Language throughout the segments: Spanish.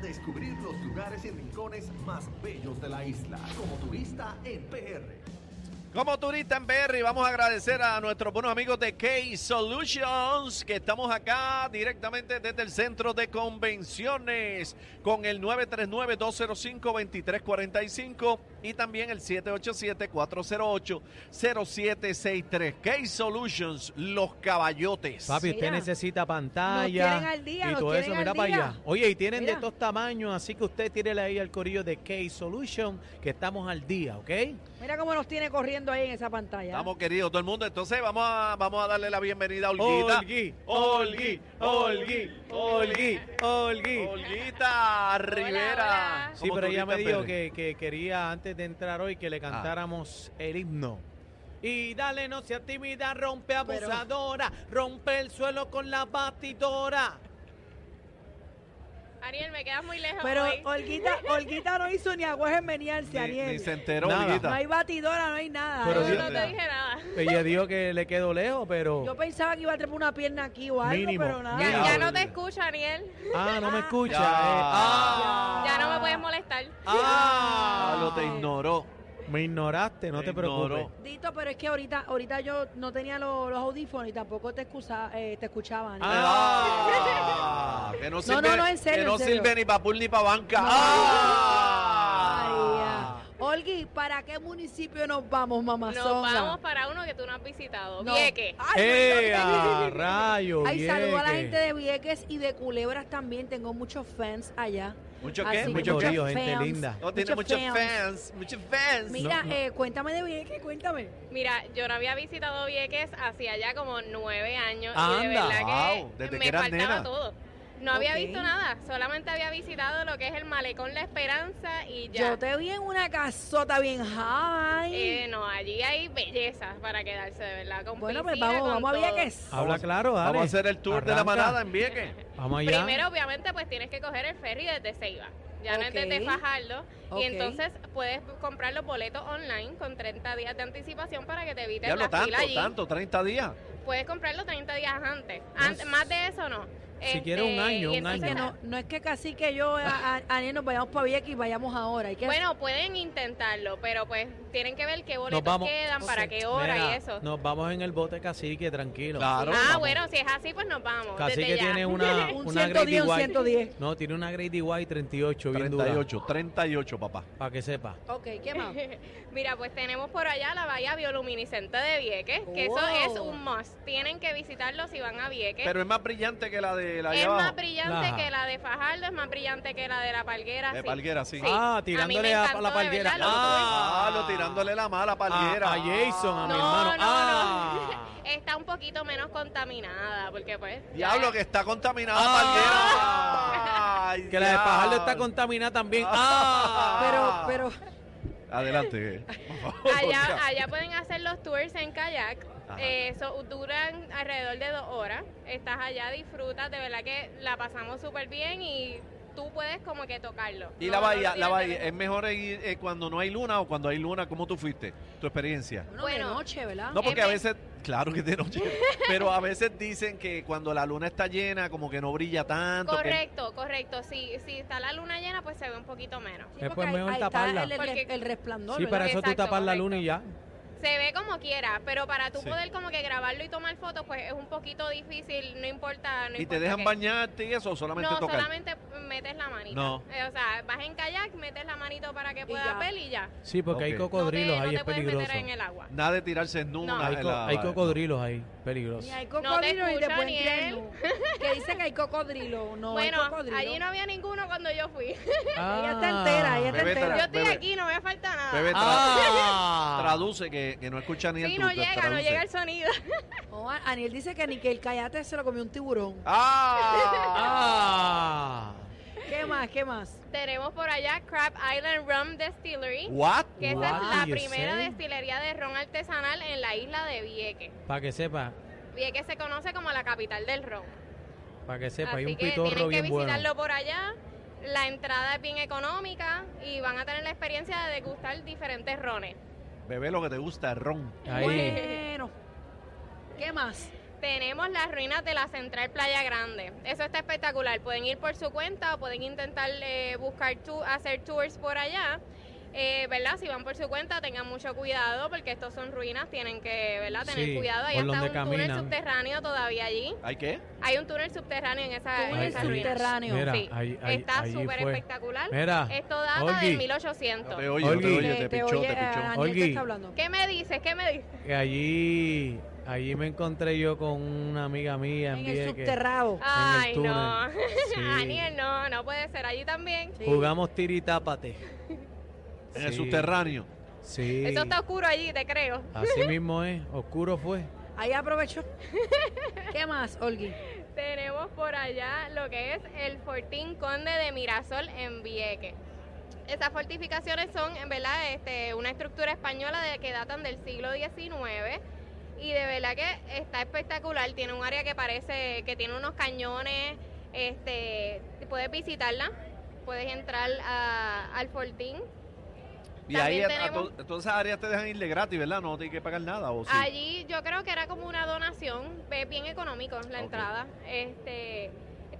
descubrir los lugares y rincones más bellos de la isla. Como turista en PR. Como turista en Berry, vamos a agradecer a nuestros buenos amigos de K-Solutions, que estamos acá directamente desde el centro de convenciones con el 939-205-2345 y también el 787-408-0763. K-Solutions, los caballotes. Papi, usted Mira. necesita Nos pantalla tienen al día, y nos todo tienen eso, al mira para día. allá. Oye, y tienen de Mira. todos tamaños, así que usted tírele ahí al corillo de K-Solution, que estamos al día, ¿ok? Mira cómo nos tiene corriendo ahí en esa pantalla. Estamos queridos todo el mundo, entonces vamos a, vamos a darle la bienvenida a Olguita. Olgui, Olgui, Olgui, Olgui, Olgui. Olguita Rivera. hola. Sí, Como pero ella turista me en dijo Berry. que, que quería antes de entrar hoy Ah. que le cantáramos el himno. Y dale, no sea tímida, rompe Pero- abusadora, rompe el suelo con la batidora. Ariel, me quedas muy lejos. Pero hoy. Olguita, Olguita no hizo ni agüez en Ni- menearse, Ni, Ariel. se enteró, Nada. Olguita. No hay batidora, no hay nada. Pero No, Dios- no te dije nada. Ella dijo que le quedó lejos, pero... Yo pensaba que iba a trepar una pierna aquí o algo, Mínimo, pero nada. Ya, mira, ya no Olga. te escucho, Ariel. Ah, no me escucha. Ya. eh. Ah, Ya no me puedes molestar. ah, Pablo te ignoró. Me ignoraste, no Te te preocupes. ignoró. Dito, pero es que ahorita, ahorita yo no tenía lo- los audífonos y tampoco te, excusa, eh, te escuchaban. Ah, que no sirve, no, en serio, que no en serio. sirve ni para pool ni para banca. No. Ah. María. Olgui, ¿para qué municipio nos vamos, mamá? Nos vamos para uno que tú no has visitado. No. Vieque. Ay, ¡Eh, perdón. a rayo! Ay, saludo a la vieque. gente de Vieques y de Culebras también. Tengo muchos fans allá. ¿Mucho Así qué? que ¿Mucho mucho qué? lío, gente fans, linda. No tiene muchos muchos fans, muchos fans. Mira, No, no. eh, cuéntame de Vieques, cuéntame. Mira, yo no había visitado Vieques hacía ya como nueve años. y de Anda, verdad que wow, desde me que eras faltaba nena. todo. No había Ok. visto nada, solamente había visitado lo que es el malecón La Esperanza y ya. Yo te vi en una casota bien high. Eh, no, allí hay bellezas para quedarse, de verdad. Con bueno, pues piscina, vamos, con vamos a todo. Vieques. Habla claro, dale. Vamos a hacer el tour de la Arranca. manada en Vieques. Vamos allá. Primero, obviamente, pues tienes que coger el ferry desde Ceiba. Ya no es desde Ok. Fajardo. Ok. Y entonces puedes comprar los boletos online con 30 días de anticipación para que te evites Ya la lo tanto, fila allí. tanto, 30 días. Puedes comprarlos 30 días antes. No Ant- sé. más de eso no. Este, Si quieres un año, y un entonces- Que año. no, no es que casi que yo, a, a- Aniel, nos vayamos para Vieques y vayamos ahora. Hay que Bueno, pueden intentarlo, pero pues tienen que ver qué boletos vamos. quedan, para qué hora Mira, y eso. Nos vamos en el bote cacique, tranquilo. Claro. ah, vamos. bueno, si es así, pues nos vamos. Cacique desde ya. tiene una, un una 110, un Grady 110. No, tiene una Grady White 38, bien dura. 38, 38, papá. Para que sepa. Ok, ¿qué más? Mira, pues tenemos por allá la bahía bioluminiscente de Vieques, que eso Wow. es un must. Tienen que visitarlo si van a Vieques. Pero es más brillante que la de la allá es abajo. más brillante Ajá. que la de Fajardo, es más brillante que la de la Palguera. De sí. Palguera, sí. Sí. Ah, A mí me tirándole a- a la encantó, de Palguera. verdad, lo Ah, Ah. lo tirándole la mala palguera. A, a Jason, a mi No, hermano. no, no. ah. tuve. Está un poquito menos contaminada, porque pues. ya- Diablo, que está contaminada Ah. Palguera. Ay, Que la de Fajardo está diablo. contaminada también. Ah. Pero, pero, Adelante. Allá, allá pueden hacer los tours en kayak. Ajá. Eh, Eso duran alrededor de dos horas. Estás allá, disfrutas, de verdad que la pasamos súper bien y tú puedes como que tocarlo. Y No, la no lo bahía, la tienes que bahía, ¿es mejor ir eh, cuando no hay luna o cuando hay luna? ¿Cómo tú fuiste? ¿Tu experiencia? bueno, Bueno, de noche, ¿verdad? No, porque a Em- veces, claro que de noche, pero a veces dicen que cuando la luna está llena, como que no brilla tanto. que- Correcto, correcto. Si, si está la luna llena, pues se ve un poquito menos. Sí, Después porque ahí- mejor ahí está taparla. el, el- Porque- el resplandor, Sí, ¿verdad? para eso tú Exacto, tapas la correcto. luna y ya. Se ve como quiera, pero para tú Sí. poder como que grabarlo y tomar fotos, pues es un poquito difícil, no importa. No ¿Y te importa dejan qué. bañarte y eso o solamente No, tocar? solamente metes la manita. No. Eh, o sea, vas en kayak, metes la manito para que ya. puedas ver y ya. Sí, porque hay Ok. cocodrilos no te, ahí, no es te puedes meter peligroso. en el agua. Nada de tirarse en No. una. Hay, en co- la- hay cocodrilos ahí, Y peligrosos. hay te cocodrilo y te escucha, pueden ni tirar él. luz. Que dicen que hay cocodrilo, no hay bueno, cocodrilo. allí no había ninguno cuando yo fui. Ella está entera, ella está Bebé, entera. yo estoy bebé. aquí, no me falta nada. Bebé, Ah. Traduce que, que no escucha ni el sí, no tutor, llega, no traduce. llega el sonido. Oh, a- Aniel dice que ni que el cayate se lo comió un tiburón. ¡Ah! Ah. ¿Qué más? ¿Qué más? Tenemos por allá Crab Island Rum Distillery, ¿What? que esa Wow, es la ¿y ese? primera destilería de ron artesanal en la isla de Vieques. Para que sepa, Vieques se conoce como la capital del ron. para que sepa, hay Así un que tienen pitorro que bien bueno. visitarlo por allá. La entrada es bien económica y van a tener la experiencia de degustar diferentes rones. Bebé, lo que te gusta es ron. Ahí. Bueno. ¿Qué más? Tenemos las ruinas de la Central Playa Grande. Eso está espectacular. Pueden ir por su cuenta o pueden intentar eh, buscar tu- hacer tours por allá. Eh, ¿Verdad? Si van por su cuenta, tengan mucho cuidado porque estos son ruinas, tienen que, ¿verdad? Tener Sí, cuidado. Hay por hasta un donde túnel caminan. subterráneo todavía allí. ¿Hay qué? Hay un túnel subterráneo en esa, en Túnel esas ruinas. subterráneo. Mira, Sí. ahí- ahí- está ahí súper fue. espectacular. Mira, Esto data Olgui. de 1800. No te oye, no te Olgui. oye, Este, te pichó, te pichó. Daniel Olgui. está hablando. ¿Qué me dices? ¿Qué me dices? que allí, allí me encontré yo con una amiga mía en, En el Vieques. subterráneo. Ay, túnel. no. Sí. Daniel, no, no puede ser. Allí también. Sí. Jugamos tiritápate. En el Sí, subterráneo. Sí. Eso está oscuro allí, te creo. Así mismo es, oscuro fue. Ahí aprovechó. ¿Qué más, Olgui? Tenemos por allá lo que es el Fortín Conde de Mirasol en Vieques. Esas fortificaciones son, en verdad, este, una estructura española de que datan del siglo XIX y de verdad que está espectacular. Tiene un área que parece que tiene unos cañones. Este, puedes visitarla, puedes entrar a- al Fortín. Y ahí También a, a tenemos- to- a todas esas áreas te dejan ir de gratis, ¿verdad? No tienes que pagar nada, ¿o sí? Allí yo creo que era como una donación, ve bien económico la Ok. entrada. Este,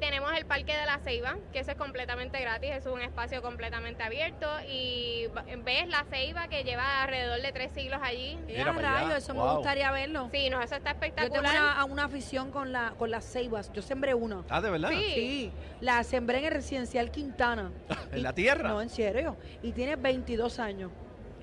tenemos el Parque de la Ceiba, que eso es completamente gratis, es un espacio completamente abierto y va- ves la ceiba que lleva alrededor de tres siglos allí. Eh, Mira a para allá. rayos, eso me Wow. gustaría verlo. Sí, no, eso está Yo tengo espectacular. una, una afición con, la, con las ceibas. Yo sembré una. Ah, ¿de verdad? Sí. Sí, la sembré en el residencial Quintana. ¿En la tierra? No, en serio. Y tiene 22 años.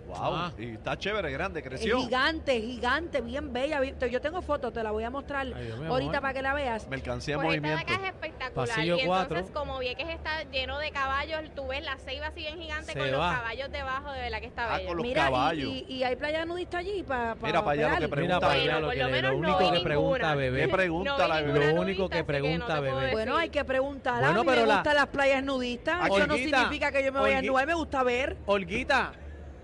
Wow. Ah. Y está chévere, grande, Es creció. gigante, gigante, bien bella. bien- Yo tengo fotos, te la voy a mostrar Ay, Dios mío, ahorita amor. para que la veas. Mercancía en Pues esta de movimiento. acá es espectacular. Pasillo y entonces, cuatro. como Vieques está lleno de caballos, tú ves la ceiba así bien gigante Se con los va. caballos debajo, de verdad que está Ah, bella. con los Mira, y- caballos. Y, y hay playa nudista allí para Mira para allá lo que Mira Pregunta para bebé. allá lo, Bueno, que le- por lo lo menos no único vi que pregunta ninguna. ¿Qué bebé. pregunta vi la ninguna bebé? Lo único nudista, que así no pregunta, te puedo bebé. decir. Bueno, hay que preguntar. a Bueno, mí me pero la- Ah, gustan las playas nudistas. Eso no Olguita, significa que yo me vaya a Olgui- desnudar, me gusta ver. Olguita,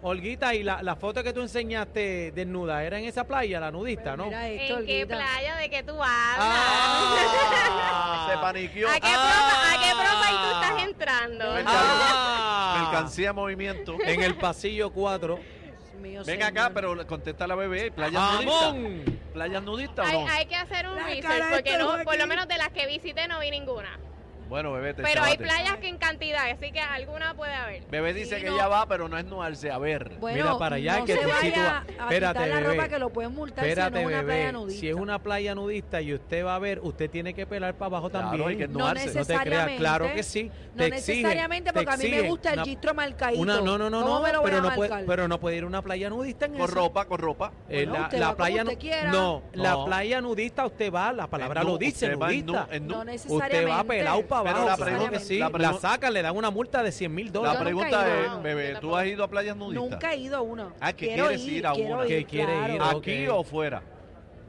Olguita, y la, la foto que tú enseñaste desnuda, ¿era en esa playa, la nudista, Pero no? mira esto, ¿En qué Olguita. playa? ¿De qué tú hablas? Ah, se paniqueó. ¿A qué, Ah. propa, ¿A qué propa y tú estás entrando? Ah. Mercancía en movimiento. En el pasillo 4. Dios mío, Ven señor. acá, pero contesta la bebé. ¿Playas nudistas? ¡Jamón! ¿Playas nudistas o Hay, no? hay que hacer un La research cara de porque este no, por lo Joaquín. menos de las que visité no vi ninguna. Bueno, bebé, te Pero chavate. hay playas que en cantidad, así que alguna puede haber. Bebé dice Sí, que no. ella va, pero no es nuarse. A ver. Bueno, Mira para allá, no que se te sitúa. vaya a Espérate, quitar la bebé. ropa que lo pueden multar si Espérate, no es una playa bebé. nudista. Si es una playa nudista y usted va a ver, usted tiene que pelar para abajo Claro, también. hay que No nuarse. No te creas, necesariamente. claro que sí. No Te exigen, necesariamente, te porque a mí me exigen gusta el una- gistro marcadito. Una, no, no, no, ¿Cómo no, me lo voy pero, a no puede, marcar? pero no puede ir a una playa nudista en Con esa. ropa, con ropa. Eh, Bueno, la, usted la va como playa usted nu- quiera. no, la No. playa nudista usted va, la palabra En nu, lo dice, usted va en nu- nudista. en nu. No Usted necesariamente. va pelado para Pero abajo, la claro que pregunta- sí. la La, pregunta- sacan, le dan una multa de 100 mil La nunca dólares. pregunta he ido es, a una. bebé, Yo ¿tú has ido a playas nudistas? Nunca he ido a una. Ah, que Quiero quieres ir a quiero una. ir, Que quiere claro. ir a- ¿Aquí Ok. o fuera?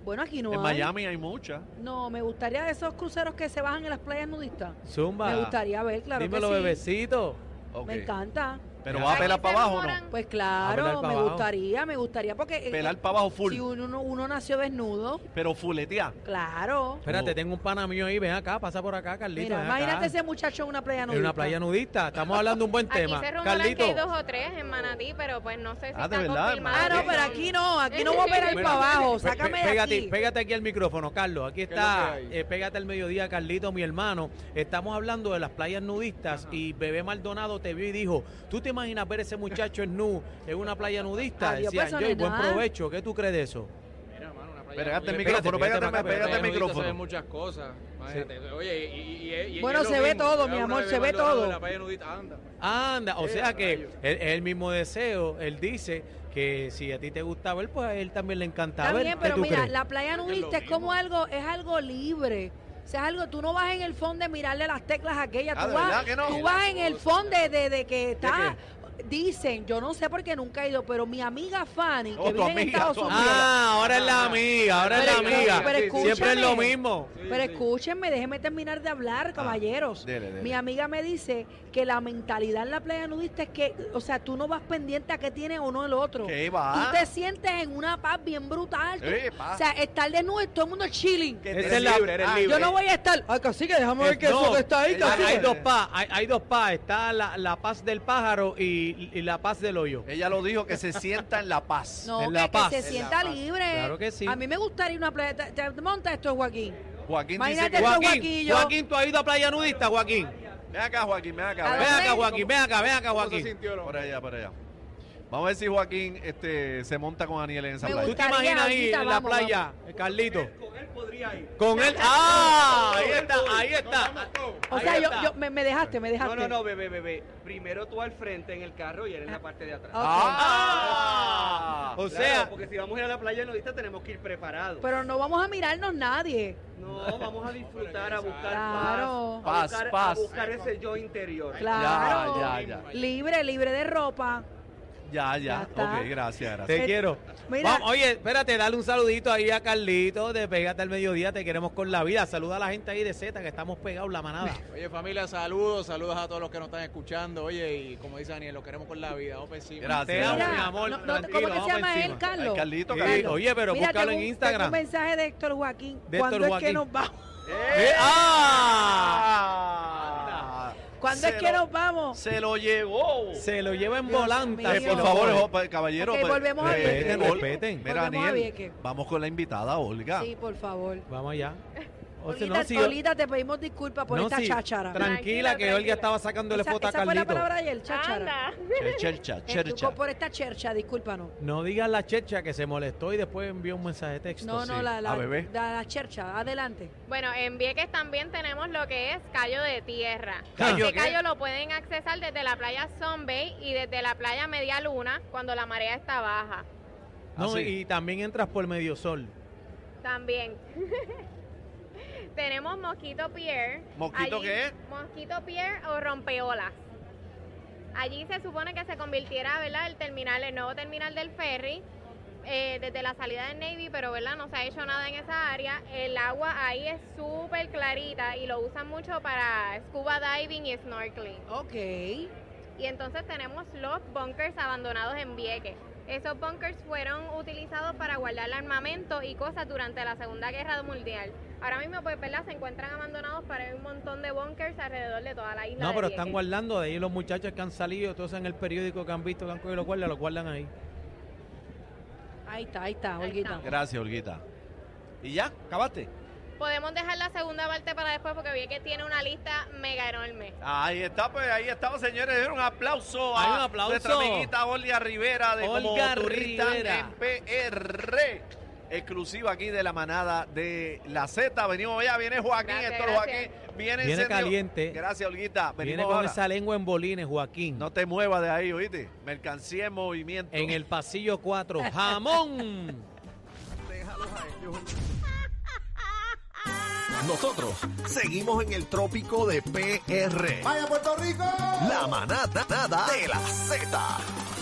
Bueno, aquí no en hay. Miami hay muchas. No, me gustaría de esos cruceros que se bajan en las playas nudistas. Zumba, Me gustaría ver, claro dímelo, que sí. bebecito. Ok. Me encanta. Pero Mira. va a Aquí pelar se para abajo, rumoran- ¿no? Pues A Ah, pelar claro, pa' me abajo. gustaría, me gustaría porque eh, Pelar para abajo full. si uno, uno nació desnudo, Pero fuletear. claro. Espérate, No. tengo un pana mío ahí, ven acá, pasa por acá, Carlito. Mira, ven acá. imagínate ese muchacho en una playa nudista. En una playa nudista, estamos hablando de un buen Aquí tema. se rumoran que hay Carlito, dos o tres en Manatí, pero pues no sé si Ah, ¿de está verdad? confirmado. Ah, no, Ok. pero aquí no, aquí no voy a operar Mira, para abajo, pe- pe- sácame de pégate, aquí. pégate aquí el micrófono, Carlos. Aquí es lo está, que hay? eh, pégate al mediodía, Carlito, mi hermano. Estamos hablando de las playas nudistas y Bebé Maldonado te vio y dijo, ¿tú te imaginas ver ese muchacho en nu en una playa nudista? Adiós, Decía, pues, yo, buen nada". provecho, ¿qué tú crees de eso? Mira, mano, una playa. Pégate el nudista- micrófono, pégate, pégate, pégate, playa pégate el nudista Se ven micrófono. muchas cosas. Imagínate. Oye, y, y- y- y- Bueno, y es lo se ve mismo. todo, Ve mi una amor, vez se ve Maldonado todo. en La playa nudista, anda. Anda, o Eh, sea que rayos. él- es el mismo deseo. Él dice que si a ti te gusta ver, pues a él también le encanta Está ver. bien, ¿Qué pero tú mira, crees? la playa Creo que es nudista lo es como mismo. algo, es algo libre. O sea, es algo, tú no vas en el fondo de mirarle las teclas aquellas, Ah, tú ¿de vas, verdad que no? tú Sí, vas la en el cosa. fondo de, de- de que está, dicen, yo no sé por qué nunca he ido, pero mi amiga Fanny, que Oh, tu vive en amiga, Estados tu Unidos, Ah, ahora es la amiga, ahora es la Pero- amiga. pero Siempre es lo escúchame. mismo. Sí, Pero sí. escúchenme, déjenme terminar de Ah. hablar, caballeros. dele, dele. Mi amiga me dice que la mentalidad en la playa nudista es que, o sea, tú no vas pendiente a qué tiene uno el otro. ¿Qué Tú va? te sientes en una paz bien brutal. tú- Eh, pa. o sea, estar desnudo y todo el mundo chilling. Que Esa te- es la- libre, eres Ah, libre. Yo no voy a estar. Ay, cacique, déjame ver qué Eh, No, eso que está ahí, ella- Hay, cacique. hay dos pa, hay, hay dos pa. Está la, la paz del pájaro y y, y la paz del hoyo. Ella lo dijo, que se sienta en La Paz. No, En que, La que Paz. se En La sienta Paz. libre. Claro que sí. A mí me gustaría ir a una playa. Te, te monta esto, Joaquín. Joaquín dice Imagínate que... esto, Joaquín, Joaquín, Joaquillo. Joaquín, ¿tú has ido a playa nudista, Joaquín? ven acá, Joaquín, ven ¿A acá. Ven Ven dónde? acá, Joaquín, ven acá, ven acá, ¿Cómo se Joaquín. sintió el hombre? Por allá, por allá. Vamos a ver si Joaquín este, se monta con Aniel en esa Me playa. ¿Tú te Estaría, imaginas ahí ahorita, en la vamos, playa, Carlito? Con él podría ir. Con él. ¡Ah! Ahí está, ahí está. O Ahí sea, yo, está. yo- me, me dejaste, me No, dejaste. Ah, no, no, bebé, bebé. Primero tú al frente en el carro y él en la parte de atrás. Ah, ¡Ah! O Claro, sea, porque si vamos a ir a la playa nudista tenemos que ir preparados. Pero no vamos a mirarnos nadie. No, vamos a disfrutar, a buscar Claro. paz, Paz, a buscar, paz. a buscar ese yo interior. Claro. Ya, ya, Libre, libre de ropa. ya. Ya, Ya ya. está. Ok, gracias, gracias. te quiero. Mira. Vamos, oye, espérate, dale un saludito ahí a Carlito de Pégate al Mediodía, te queremos con la vida. Saluda a la gente ahí de Z, que estamos pegados la manada. Oye, familia, saludos, saludos a todos los que nos están escuchando. Oye, y como dice Daniel, lo queremos con la vida. Vamos por encima. Gracias. Te amo, Mira, mi amor. no- no- tranquilo, ¿Cómo que vamos se llama encima. él, Carlos? Ay, Carlito, Sí, Carlos. oye, pero Mira, búscalo en tengo un- Instagram. tengo un mensaje de Héctor Joaquín. De ¿Cuándo Héctor es que Joaquín. nos vamos? Eh, ¡Ah! ¿Cuándo Se es que lo- nos vamos? Se lo llevó. Se lo lleva en Dios mío. volanta. Eh, si por lo favor, coge. jo- pa- caballero. Ok, pa- volvemos a Respeten, Ol- respeten. Mira, Volvemos a Daniel, Vieques. vamos con la invitada, Olga. Sí, por favor. Vamos allá. O sea, no, Olita, si yo- Olita, te pedimos disculpas por no, esta si- cháchara. Tranquila, que Tranquila, Olga tranquila. estaba sacándole esa foto a esa fue la palabra Carlito. ayer, cháchara. Anda. Chercha, Eh, chercha. tú- Por esta chercha, discúlpanos. No digas la checha que se molestó y después envió un mensaje de texto. No, no, sí. la, la, Ah, bebé. la, la chercha, adelante. Bueno, en Vieques también tenemos lo que es callo de tierra. ¿Callo este qué? callo lo pueden accesar desde la playa Sunbay y desde la playa Media Luna cuando la marea está baja. No, Ah, sí. y también entras por medio sol. También. tenemos Mosquito Pier. ¿Mosquito Allí- qué? Mosquito Pier o Rompeolas. Allí se supone que se convirtiera, ¿verdad? El terminal, el nuevo terminal del ferry. eh, desde la salida del Navy, pero ¿verdad? No se ha hecho nada en esa área. El agua ahí es súper clarita y lo usan mucho para scuba diving y snorkeling. Ok. Y entonces tenemos los bunkers abandonados en Vieques. Esos bunkers fueron utilizados para guardar el armamento y cosas durante la Segunda Guerra Mundial. Ahora mismo, pues, ¿verdad? Se encuentran abandonados para un montón de bunkers alrededor de toda la isla. No, de pero están Vieques. guardando de ahí los muchachos que han salido, todos en el periódico que han visto, que han cogido los guardias, los guardan ahí. Ahí está, ahí está, Ahí Olguita. estamos. Gracias, Olguita. ¿Y ya? ¿Acabaste? Podemos dejar la segunda parte para después porque Vieques tiene una lista mega enorme. Ahí está, pues ahí estamos, señores. Un aplauso Hay a un aplauso. nuestra amiguita Olga Rivera de Olga Como Turista Rivera. en PR. Exclusiva aquí de la manada de la Z. Venimos allá, viene Joaquín, Gracias, Héctor gracias. Joaquín. Viene, Viene encendido. caliente. Gracias, Olguita. Venimos Viene con ahora. esa lengua en bolines, Joaquín. No te muevas de ahí, oíste. Mercancía en movimiento. En el pasillo 4. ¡Jamón! Déjalos a ellos. Nosotros, Seguimos en el trópico de PR. vaya Puerto Rico. La manada nada de la Z.